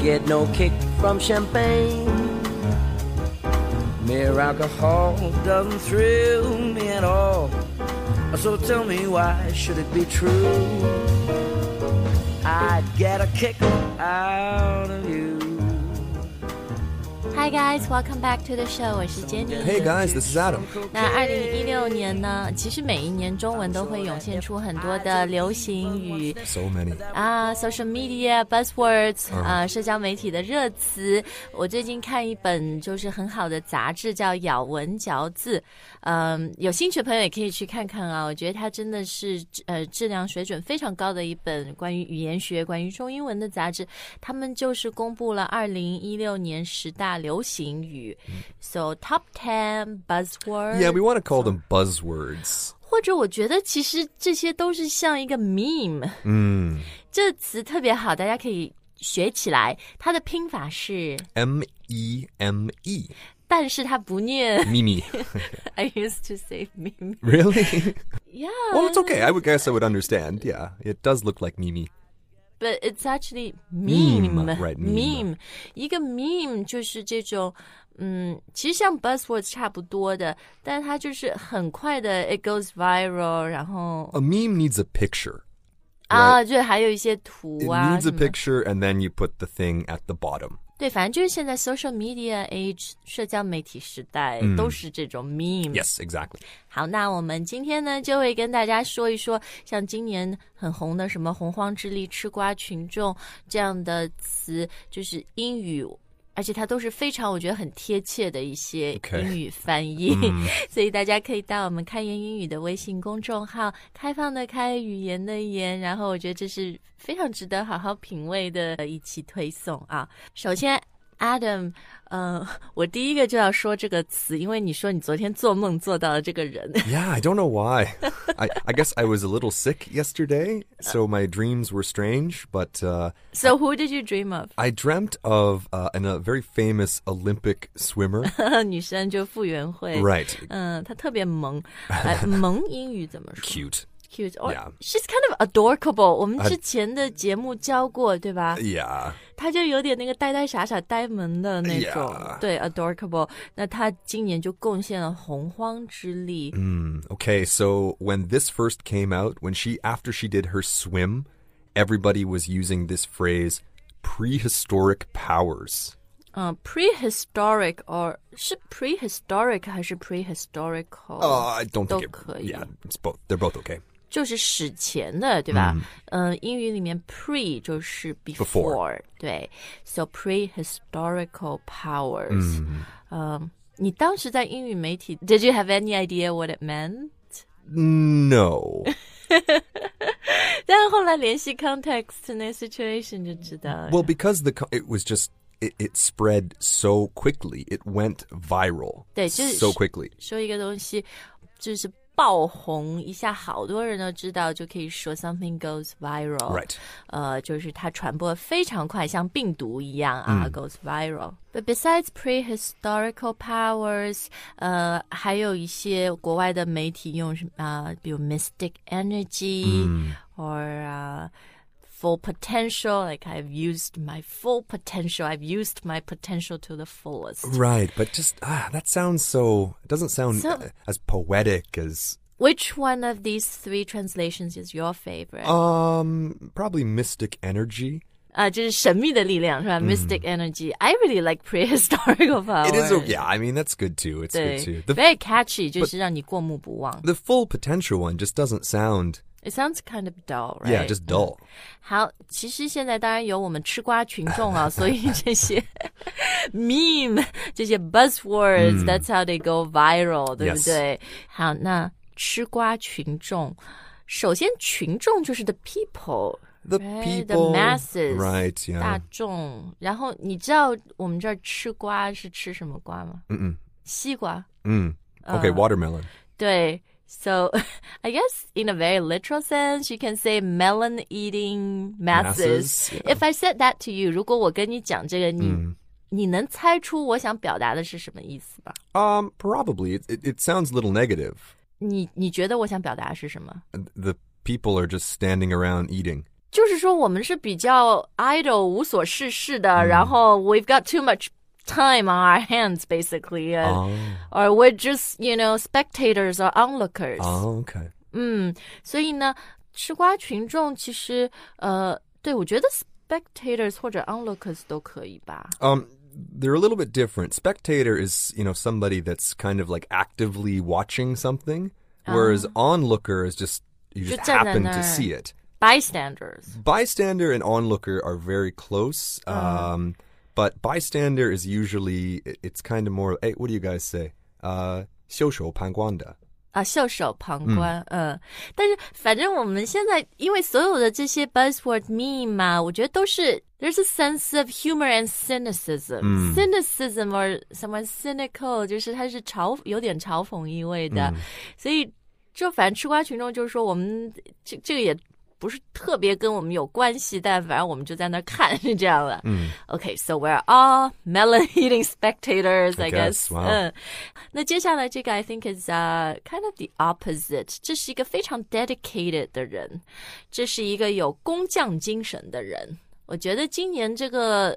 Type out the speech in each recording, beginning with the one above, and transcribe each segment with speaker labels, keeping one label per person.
Speaker 1: get no kick from champagne. Mere alcohol doesn't thrill me at all. So tell me why should it be true? I'd get a kick out of you.
Speaker 2: Hi guys, welcome back to the show，我是 Jenny。
Speaker 3: Hey guys, this is Adam.
Speaker 2: 那二零一六年呢，其实每一年中文都会涌现出很多的流行语
Speaker 3: So many.
Speaker 2: 啊，social media buzzwords
Speaker 3: 嗯
Speaker 2: 啊，社交媒体的热词。我最近看一本就是很好的杂志，叫《咬文嚼字》，嗯，有兴趣的朋友也可以去看看啊。我觉得它真的是呃质量水准非常高的一本关于语言学、关于中英文的杂志。他们就是公布了二零一六年十大流行语、s o top ten buzzwords。
Speaker 3: Yeah, we want to call them buzzwords.
Speaker 2: 或者我觉得其实这些都是像一个 meme，
Speaker 3: Mm.
Speaker 2: 这词特别好，大家可以学起来。它的拼法是，
Speaker 3: M E M E.
Speaker 2: 但是它不念。
Speaker 3: Mimi.
Speaker 2: I used to say meme。
Speaker 3: Really?
Speaker 2: Yeah,
Speaker 3: well, it's okay. I would guess I would understand. Yeah, it does look like Mimi.
Speaker 2: but it's actually meme.
Speaker 3: Meme, right,
Speaker 2: meme
Speaker 3: meme.
Speaker 2: 一个 meme 就是这种。嗯，其实像 buzzwords 差不多的，但它就是很快的，it goes viral，然后
Speaker 3: A meme needs a picture.
Speaker 2: 啊，对，还有一些图
Speaker 3: It
Speaker 2: 啊
Speaker 3: needs
Speaker 2: 什
Speaker 3: a
Speaker 2: 么
Speaker 3: picture, and then you put the thing at the bottom.
Speaker 2: 对，反正就是现在 social media age 社交媒体时代、都是这种 meme。
Speaker 3: 嗯 Yes, exactly.
Speaker 2: 好，那我们今天呢就会跟大家说一说，像今年很红的什么“洪荒之力”“吃瓜群众”这样的词，就是英语。而且它都是非常我觉得很贴切的一些
Speaker 3: OK
Speaker 2: 英语翻译
Speaker 3: 嗯
Speaker 2: 所以大家可以到我们开言英语的微信公众号“开放的开，语言的言”，然后我觉得这是非常值得好好品味的呃一期推送啊。首先，Adam，呃， 我第一个就要说这个词，因为你说你昨天做梦做到了这个人，
Speaker 3: Yeah, I don't know why. I, I guess I was a little sick yesterday, so my dreams were strange, but uh,
Speaker 2: So who did you dream of？
Speaker 3: I dreamt of uh, an, a very famous Olympic swimmer.
Speaker 2: 女生就傅园慧
Speaker 3: right.
Speaker 2: 嗯，她特别萌， 呃，萌英语怎么说
Speaker 3: Cute.
Speaker 2: ？Cute or
Speaker 3: Yeah.
Speaker 2: she's kind of adorable。我们之前的节目教过，对吧？
Speaker 3: Yeah.
Speaker 2: 她就有点那个呆呆傻傻、呆萌的那种
Speaker 3: Yeah.
Speaker 2: 对，adorable。那她今年就贡献了洪荒之力。
Speaker 3: Mm, okay, so when this first came out, when she after she did her swim, everybody was using this phrase prehistoric powers.
Speaker 2: 嗯，prehistoric or 是 prehistoric 还是 prehistorical？
Speaker 3: Uh, I don't think it,
Speaker 2: 都可以。
Speaker 3: Yeah, it's both. They're both okay.
Speaker 2: 就是史前的，对吧？嗯、英语里面 pre 就是 before，,
Speaker 3: Before
Speaker 2: 对，so prehistorical powers 嗯。你当时在英语媒体，Did you have any idea what it meant？
Speaker 3: No.
Speaker 2: 但是后来联系 context 那 situation 就知道了。
Speaker 3: well, because the co- it was just it, it spread so quickly. It went viral
Speaker 2: 对，就是-
Speaker 3: so quickly.
Speaker 2: 说一个东西就是爆红一下，好多人都知道，就可以说 something goes viral。
Speaker 3: Right.
Speaker 2: 呃，就是它传播非常快，像病毒一样啊、g o e s viral。But besides prehistorical powers，呃，还有一些国外的媒体用什么啊、比如 mystic energy、or 啊、full potential。Like I've used my full potential. I've used my potential to the fullest.
Speaker 3: Right, but just ah, that sounds so. It doesn't sound
Speaker 2: So-
Speaker 3: uh, as poetic as
Speaker 2: Which one of these three translations is your favorite？
Speaker 3: Oh. um probably mystic energy.
Speaker 2: 啊，这是神秘的力量是吧？Mystic energy. I really like prehistorical power.
Speaker 3: It is, o- yeah. I mean, that's good too. It's good
Speaker 2: 对
Speaker 3: too. The,
Speaker 2: very catchy，就是让你过目不忘。
Speaker 3: the full potential one just doesn't sound.
Speaker 2: It sounds kind of dull, right?
Speaker 3: Yeah, just dull.
Speaker 2: 好，其实现在当然有我们吃瓜群众 啊，所以这些 meme 这些 buzzwords，、that's how they go viral，对不
Speaker 3: Yes
Speaker 2: 对好，那吃瓜群众，首先群众就是 the people。
Speaker 3: The
Speaker 2: Right,
Speaker 3: people,
Speaker 2: the masses,
Speaker 3: right?
Speaker 2: 大
Speaker 3: Yeah.
Speaker 2: 众。然后你知道我们这儿吃瓜是吃什么瓜吗？嗯嗯，西瓜。
Speaker 3: Mm.
Speaker 2: uh,
Speaker 3: Okay, watermelon.
Speaker 2: 对。So, I guess in a very literal sense, you can say melon eating masses.
Speaker 3: Masses, yeah.
Speaker 2: If I said that to you, 如果我跟你讲这个，你、你能猜出我想表达的是什么意思吧？
Speaker 3: Um, probably. It, it, it sounds a little negative.
Speaker 2: 你你觉得我想表达的是什么？
Speaker 3: The people are just standing around eating.
Speaker 2: 就是说我们是比较 idle 无所事事的，然后 we've got too much time on our hands basically, and-
Speaker 3: Oh,
Speaker 2: or we're just you know spectators or onlookers.
Speaker 3: oh, okay.
Speaker 2: 嗯，所以呢，吃瓜群众其实呃，对我觉得 spectators 或者 onlookers 都可以吧。
Speaker 3: Um, they're a little bit different. Spectator is, you know, somebody that's kind of like actively watching something, whereas
Speaker 2: Uh-huh.
Speaker 3: onlooker is just you
Speaker 2: 就
Speaker 3: just
Speaker 2: 站在
Speaker 3: happen to
Speaker 2: 那儿。
Speaker 3: see it.
Speaker 2: Bystanders，
Speaker 3: Bystander and onlooker are very close. Um, but bystander is usually i- it's kind of more. Hey, what do you guys say? Uh, 袖手旁观的。
Speaker 2: 啊，袖手旁观，嗯但是反正我们现在因为所有的这些 buzzword meme 嘛，我觉得都是 there's a sense of humor and cynicism，cynicism、or someone cynical，就是它是嘲有点嘲讽意味的，所以就反正吃瓜群众就是说我们这这个也。不是特别跟我们有关系，但反正我们就在那儿看，是这样的。嗯，OK，so、we're all melon-eating spectators，I
Speaker 3: I guess，
Speaker 2: guess。
Speaker 3: wow
Speaker 2: 嗯， 那接下来这个 I think is uh kind of the opposite，这是一个非常 dedicated 的人，这是一个有工匠精神的人。我觉得今年这个。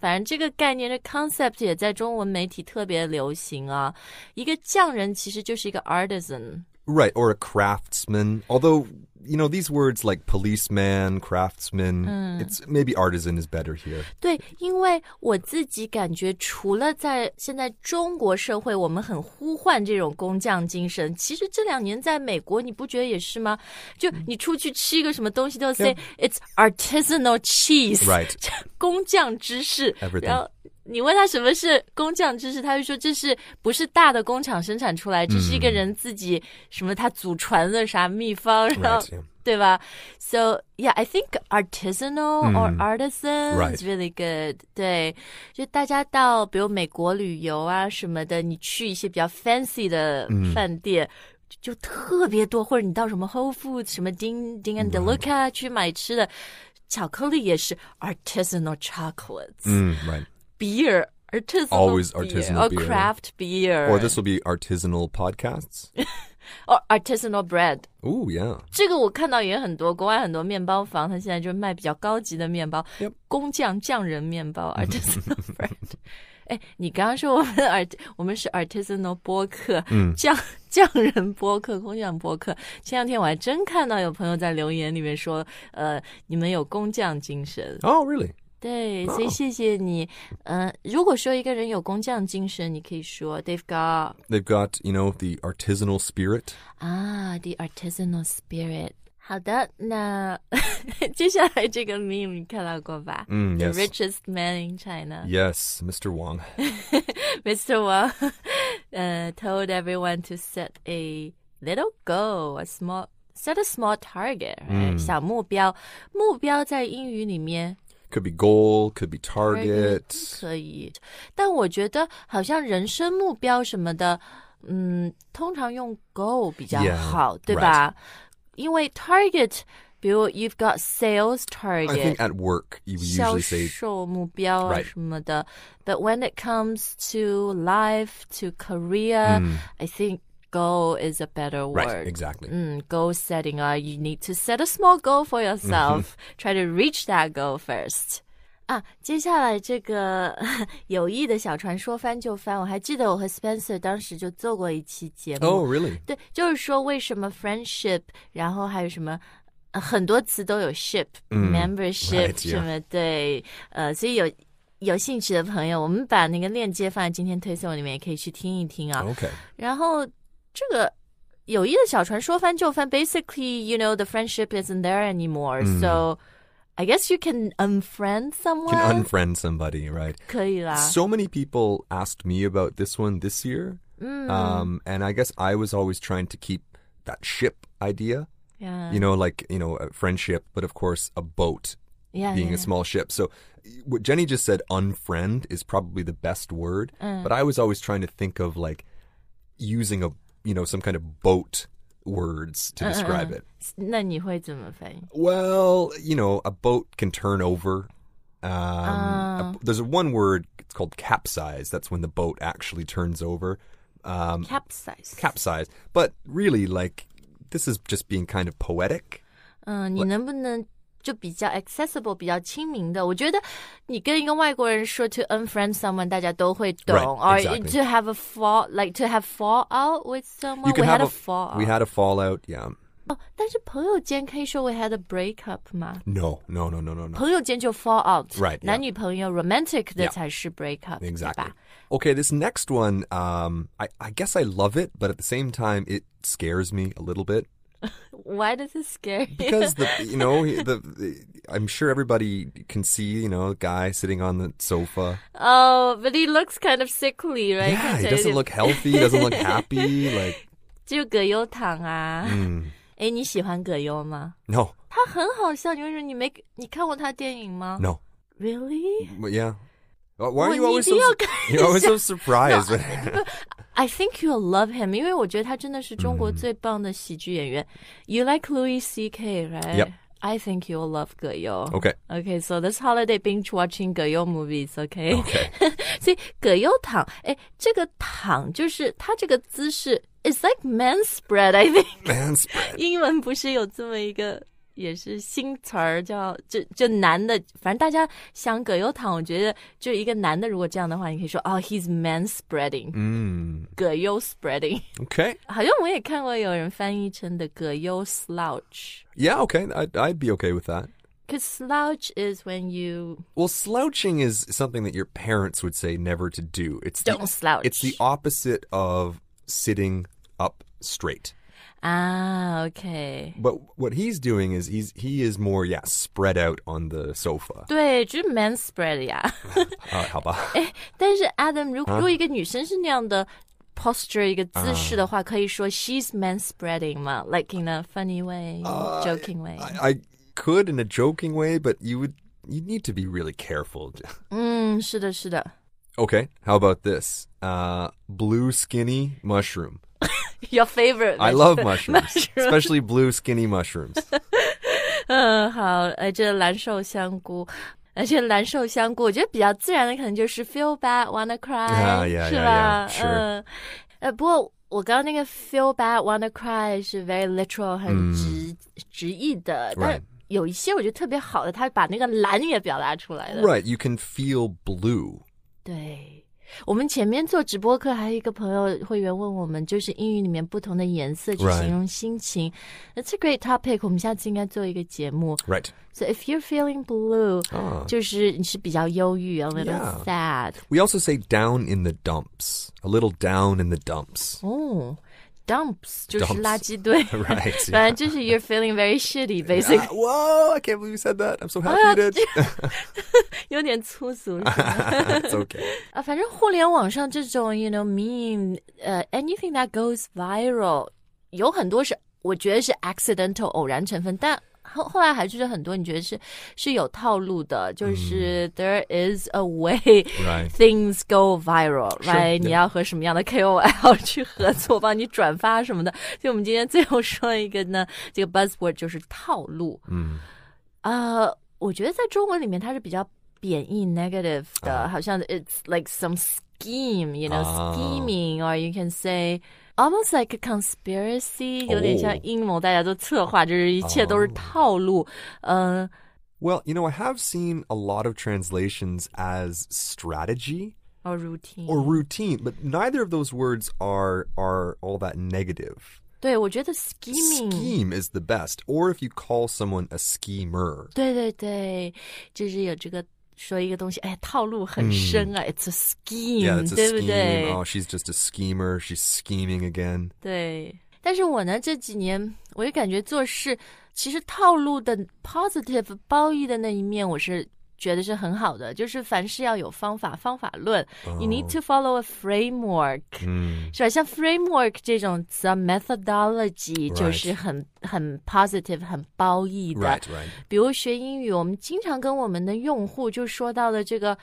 Speaker 2: 反正这个概念的 concept 也在中文媒体特别流行啊。一个匠人其实就是一个 artisan，
Speaker 3: Right, or a craftsman. Although, you know, these words like policeman, craftsman, it's maybe artisan is better here.
Speaker 2: 对，因为我自己感觉，除了在现在中国社会，我们很呼唤这种工匠精神，其实这两年在美国，你不觉得也是吗？就你出去吃一个什么东西，都 say it's artisanal cheese，
Speaker 3: Right.
Speaker 2: 工匠芝士。
Speaker 3: Everything
Speaker 2: 然后你问他什么是工匠芝士，他就说这是不是大的工厂生产出来，这是一个人自己什么他祖传的啥秘方，然后
Speaker 3: Right, yeah.
Speaker 2: 对吧？So yeah, I think artisanal or artisan
Speaker 3: Mm. Right.
Speaker 2: is really good. 对，就大家到比如美国旅游啊什么的，你去一些比较 fancy 的饭店。就就特别多，或者你到什么 Whole Foods、什么 Ding Ding and Deluca 去买吃的，巧克力也是 artisanal chocolates，、
Speaker 3: Mm, right.
Speaker 2: beer artisanal
Speaker 3: Always
Speaker 2: beer,
Speaker 3: artisanal
Speaker 2: or
Speaker 3: beer.
Speaker 2: craft beer
Speaker 3: Or this will be artisanal podcasts.
Speaker 2: or artisanal bread。
Speaker 3: Ooh, yeah.
Speaker 2: 这个我看到也很多，国外很多面包房，它现在就卖比较高级的面包
Speaker 3: Yep
Speaker 2: 工匠匠人面包 artisanal bread。哎，你刚刚说我们 art 我们是 artisanal 播客，嗯，匠匠人播客，工匠播客。前两天我还真看到有朋友在留言里面说，呃，你们有工匠精神，
Speaker 3: Oh, really?
Speaker 2: 对，所以谢谢你。嗯、如果说一个人有工匠精神，你可以说 they've got
Speaker 3: They've got, you know, the artisanal spirit.
Speaker 2: 啊，the Ah, artisanal spirit。好的，那 接下来这个 meme 你看到过吧？
Speaker 3: 嗯
Speaker 2: The
Speaker 3: Mm, yes
Speaker 2: richest man in China,
Speaker 3: Yes, Mr. Wong.
Speaker 2: Mr. Wang, uh, told everyone to set a little goal, a small set a small target，、right? 小目标。目标在英语里面
Speaker 3: Could be goal, could be
Speaker 2: target 都
Speaker 3: target.
Speaker 2: 可以，但我觉得好像人生目标什么的，嗯，通常用 goal 比较
Speaker 3: Yeah,
Speaker 2: 好对吧因为 target，比如 you've got sales
Speaker 3: I
Speaker 2: target，
Speaker 3: think at work you
Speaker 2: 销
Speaker 3: usually say
Speaker 2: 售目标啊
Speaker 3: Right.
Speaker 2: 什么的。But when it comes to life, to career,、I think goal is a better word.
Speaker 3: right, exactly.
Speaker 2: 嗯，goal setting 啊，you need to set a small goal for yourself. Try to reach that goal first. 啊，接下来这个 友谊的小船说翻就翻，我还记得我和 Spencer 当时就做过一期节目。
Speaker 3: Oh, really?
Speaker 2: 对，就是说为什么 friendship，然后还有什么。呃很多词都有 ship、membership
Speaker 3: right，yeah
Speaker 2: 什么对，呃，所以有有兴趣的朋友，我们把那个链接放在今天推送里面，也可以去听一听啊。
Speaker 3: Okay.
Speaker 2: 然后这个友谊的小船说翻就翻，basically you know the friendship isn't there anymore，、so
Speaker 3: Mm.
Speaker 2: I guess you can unfriend someone，
Speaker 3: Can unfriend somebody, right?
Speaker 2: 可以啦。
Speaker 3: So many people asked me about this one this year. Um, and I guess I was always trying to keep that ship idea,
Speaker 2: yeah,
Speaker 3: you know, like, you know, a friendship, but of course, a boat
Speaker 2: yeah,
Speaker 3: being
Speaker 2: yeah.
Speaker 3: a small ship. So what Jenny just said, unfriend, is probably the best word.
Speaker 2: Mm.
Speaker 3: But I was always trying to think of like using a, you know, some kind of boat words
Speaker 2: Uh-uh.
Speaker 3: to describe it.
Speaker 2: 那你会怎么翻译？
Speaker 3: Well, you know, a boat can turn over. Um,
Speaker 2: Oh.
Speaker 3: a- there's a one word. It's called capsize. That's when the boat actually turns over. Um,
Speaker 2: capsize。
Speaker 3: capsize. But really, like this is just being kind of poetic.
Speaker 2: 嗯，你能不能就比较 accessible，比较亲民的。我觉得你跟一个外国人说 to unfriend someone，大家都会懂。
Speaker 3: Right,
Speaker 2: Or
Speaker 3: exactly.
Speaker 2: to have a fall, like to have fallout with someone. we
Speaker 3: You can
Speaker 2: had a
Speaker 3: have a
Speaker 2: fallout.
Speaker 3: We had a fallout. Yeah.
Speaker 2: 哦，但是朋友间可以说 we had a breakup 吗？
Speaker 3: No. No. No. No. No. No.
Speaker 2: 朋友间就 fall out，
Speaker 3: Right, yeah.
Speaker 2: 男女朋友 romantic 的
Speaker 3: Yeah.
Speaker 2: 才是 breakup，对
Speaker 3: Exactly.
Speaker 2: 吧？
Speaker 3: Okay, this next one, um, I, I guess I love it, but at the same time, it scares me a little bit
Speaker 2: Why does it scare you?
Speaker 3: because the you know the, the I'm sure everybody can see you know a guy sitting on the sofa.
Speaker 2: Oh, but he looks kind of sickly, right?
Speaker 3: yeah,
Speaker 2: 看起
Speaker 3: he
Speaker 2: 来
Speaker 3: doesn't
Speaker 2: 有
Speaker 3: look healthy. He doesn't look happy. Like
Speaker 2: 就葛优躺啊。
Speaker 3: Mm。
Speaker 2: 嗯， 哎，你喜欢葛优吗？
Speaker 3: no,
Speaker 2: 他很好笑，你为什么你没你看过他电影吗
Speaker 3: no,
Speaker 2: ？Really?
Speaker 3: But yeah. Uh, Why are you
Speaker 2: Well,
Speaker 3: always so,
Speaker 2: you
Speaker 3: su-
Speaker 2: do
Speaker 3: you're always so surprised?
Speaker 2: I think you'll love him，因为我觉得他真的是中国
Speaker 3: Mm。
Speaker 2: 最棒的喜剧演员。You like Louis C.K., right?
Speaker 3: Yep.
Speaker 2: I think you'll love 葛优。
Speaker 3: okay,
Speaker 2: Okay, so this holiday binge watching 葛优 movies, okay? Okay. 所以葛优躺，哎，这个躺就是他这个姿势，it's like man spread. I think
Speaker 3: man spread.
Speaker 2: 英文不是有这么一个也是新词儿叫就就男的，反正大家想葛优躺，我觉得就一个男的如果这样的话，你可以说哦、h e s man spreading，
Speaker 3: Mm,
Speaker 2: 葛优 spreading。
Speaker 3: okay,
Speaker 2: 好像我也看过有人翻译成的葛优 slouch。
Speaker 3: yeah, okay. I'd, I'd be okay with that.
Speaker 2: Cause slouch is when you
Speaker 3: Well, slouching is something that your parents would say never to do. It's the-
Speaker 2: Don't slouch.
Speaker 3: It's the opposite of sitting up straight.
Speaker 2: 啊，OK，
Speaker 3: But what he's doing is he's he is more yeah spread out on the sofa.
Speaker 2: 对，就是 man spread 呀。
Speaker 3: Uh, how about
Speaker 2: 但是 Adam，如如果一个女生是那样的 posture 一个姿势的话，可以说 she's man spreading 嘛，like in a funny way，joking way。
Speaker 3: I, I could in a joking way, but you would you need to be really careful.
Speaker 2: 嗯，是的，是的，
Speaker 3: Okay, how about this? Uh, blue skinny mushroom.
Speaker 2: your favorite。
Speaker 3: I love mushrooms, especially blue skinny mushrooms.
Speaker 2: 嗯，好，呃，这蓝瘦香菇，而且蓝瘦香菇，我觉得比较自然的可能就是 feel bad wanna cry，、
Speaker 3: 啊，yeah，
Speaker 2: 是
Speaker 3: yeah，
Speaker 2: 吧
Speaker 3: yeah，是
Speaker 2: 嗯，呃，不过我刚刚那个 feel bad wanna cry 是 very literal，很直、直译的，但
Speaker 3: 嗯 Right
Speaker 2: 有一些我觉得特别好的，他把那个蓝也表达出来了。
Speaker 3: Right, you can feel blue.
Speaker 2: 对。我们前面做直播课，还有一个朋友会员问我们，就是英语里面不同的颜色去
Speaker 3: Right
Speaker 2: 形容心情。That's a great topic，我们下次应该做一个节目。
Speaker 3: Right.
Speaker 2: So if you're feeling blue，、就是你是比较忧郁，a little
Speaker 3: Yeah.
Speaker 2: sad。
Speaker 3: We also say down in the dumps. A little down in the dumps.
Speaker 2: 哦、d u m p s 就是
Speaker 3: Dumps
Speaker 2: 垃圾堆
Speaker 3: Right, yeah.
Speaker 2: 反正就是 you're feeling very shitty，basic，、
Speaker 3: Ah, whoa, I can't believe you said that. I'm so happy you did.
Speaker 2: 有点粗俗。 是吧
Speaker 3: it's okay.
Speaker 2: 啊，反正互联网上这种，you know meme，呃、a n y t h i n g that goes viral，有很多是我觉得是 accidental 偶然成分，但后后来还是很多你觉得是是有套路的，就是 there is a way
Speaker 3: Right.
Speaker 2: things go viral，
Speaker 3: 是
Speaker 2: right？你
Speaker 3: yeah
Speaker 2: 要和什么样的 KOL 去合作，帮你转发什么的。所以我们今天最后说一个呢，这个 buzzword 就是套路。
Speaker 3: 嗯
Speaker 2: 呃，我觉得在中文里面它是比较贬义 negative 的，好像 it's like some scheme, you know,
Speaker 3: 啊
Speaker 2: scheming, or you can say almost like a conspiracy，有点像
Speaker 3: 哦
Speaker 2: 阴谋，大家都策划，就是一切都是套路。嗯、
Speaker 3: Well, you know, I have seen a lot of translations as strategy
Speaker 2: or routine，
Speaker 3: or routine, but neither of those words are are all that negative.
Speaker 2: 对我觉得 scheming。
Speaker 3: Scheme is the best, or if you call someone a schemer.
Speaker 2: 对对对，就是有这个说一个东西，哎，套路很深啊、i t s a scheme，
Speaker 3: Yeah, 嗯 it's a
Speaker 2: 对不
Speaker 3: scheme.
Speaker 2: 对？
Speaker 3: Oh, she's just a schemer. She's scheming again.
Speaker 2: 对。但是我呢，这几年我就感觉做事，其实套路的 positive 褒义的那一面，我是觉得是很好的，就是凡事要有方法，方法论。You
Speaker 3: 哦
Speaker 2: need to follow a framework，、是
Speaker 3: 嗯
Speaker 2: 吧？像 framework 这种词啊，methodology 就是很很 positive、很褒义的。
Speaker 3: Right, right.
Speaker 2: 比如学英语，我们经常跟我们的用户就说到了这个，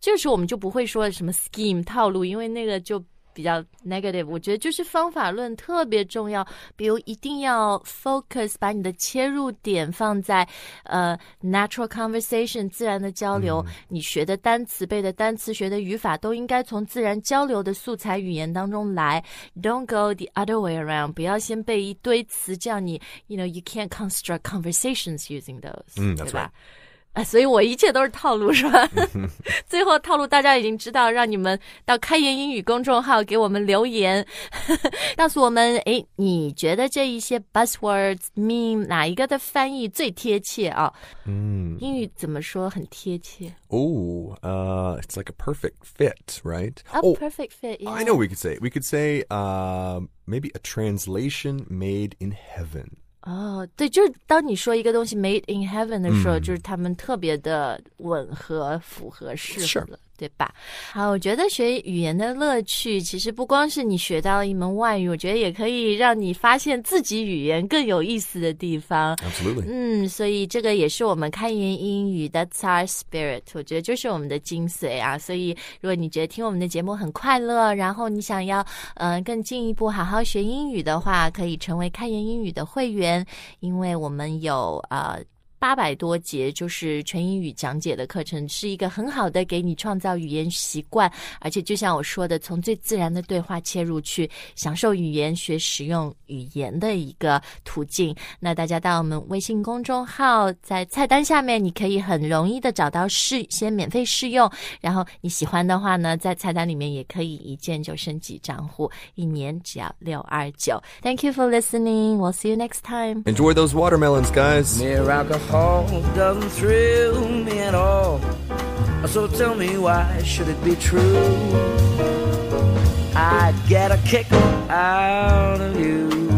Speaker 2: 这时候我们就不会说什么 scheme 套路，因为那个就比较 negative，我觉得就是方法论特别重要。比如一定要 focus，把你的切入点放在呃 natural conversation 自然的交流，
Speaker 3: 嗯
Speaker 2: 你学的单词、背的单词、学的语法都应该从自然交流的素材语言当中来。Don't go the other way around，不要先背一堆词，这样你 you know you can't construct conversations using those，、
Speaker 3: 嗯
Speaker 2: 对
Speaker 3: that's
Speaker 2: 吧
Speaker 3: right
Speaker 2: 啊，所以我一切都是套路，是 吧？ 最后套路大家已经知道，让你们到开言英语公众号给我们留言， 告诉我们，诶，你觉得这一些 buzzwords mean 哪一个的翻译最贴切啊？嗯，英语怎么说很贴切
Speaker 3: Oh, uh, it's like a perfect fit, right?
Speaker 2: 啊、
Speaker 3: oh,
Speaker 2: p e r f e c t fit，
Speaker 3: I know we could say we could say uh, maybe a translation made in heaven.
Speaker 2: 哦，对，就是当你说一个东西 made in heaven 的时候，就是他们特别的吻合、符合、适合了。对吧？好，我觉得学语言的乐趣，其实不光是你学到了一门外语，我觉得也可以让你发现自己语言更有意思的地方。
Speaker 3: Absolutely.
Speaker 2: 嗯，所以这个也是我们开言英语的 That's our spirit，我觉得就是我们的精髓啊。所以，如果你觉得听我们的节目很快乐，然后你想要嗯、呃更进一步好好学英语的话，可以成为开言英语的会员，因为我们有呃。八百多节就是全英语讲解的课程，是一个很好的给你创造语言习惯，而且就像我说的，从最自然的对话切入去，享受语言学使用语言的一个途径。那大家到我们微信公众号，在菜单下面，你可以很容易的找到试，先免费试用。然后你喜欢的话呢，在菜单里面也可以一键就升级账户，一年只要六二九。Thank you for listening. We'll see you next time.
Speaker 3: Enjoy those watermelons, guys.
Speaker 1: Mere alcohol doesn't thrill me at all. So tell me why should it be true? I get a kick out of you.